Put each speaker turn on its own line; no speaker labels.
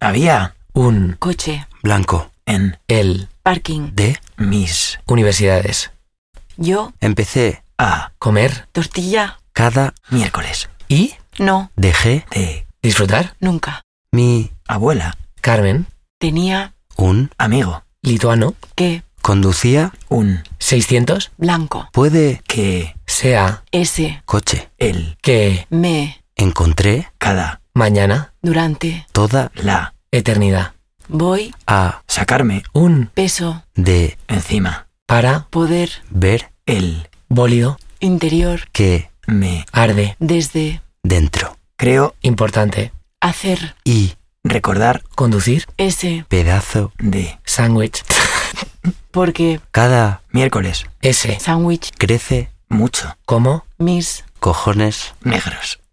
Había un
Coche.
Blanco.
en
El.
Parking.
De.
mis
Universidades.
Yo.
Empecé
a
Comer.
Tortilla.
cada.
ah, miércoles
Y.
No.
Dejé
de
Disfrutar.
Nunca.
mi.
abuela,
Carmen.
Tenía
Un.
amigo,
Lituano.
que.
Conducía.
un
600.
Blanco.
Puede.
que
Sea.
Ese.
Coche.
el
Que.
Me.
Encontré
cada
Mañana.
Durante.
toda.
la
Eternidad.
Voy.
A.
sacarme
Un.
Peso.
De.
encima
Para.
Poder.
Ver.
el
Bólido.
Interior.
Que.
me
Arde.
Desde.
Dentro.
creo
Importante.
Hacer.
Y.
recordar
Conducir.
Ese.
Pedazo.
de
Sándwich.
Porque.
Cada.
miércoles
S.
Sándwich.
Crece.
mucho
Como.
Mis.
Cojones.
negros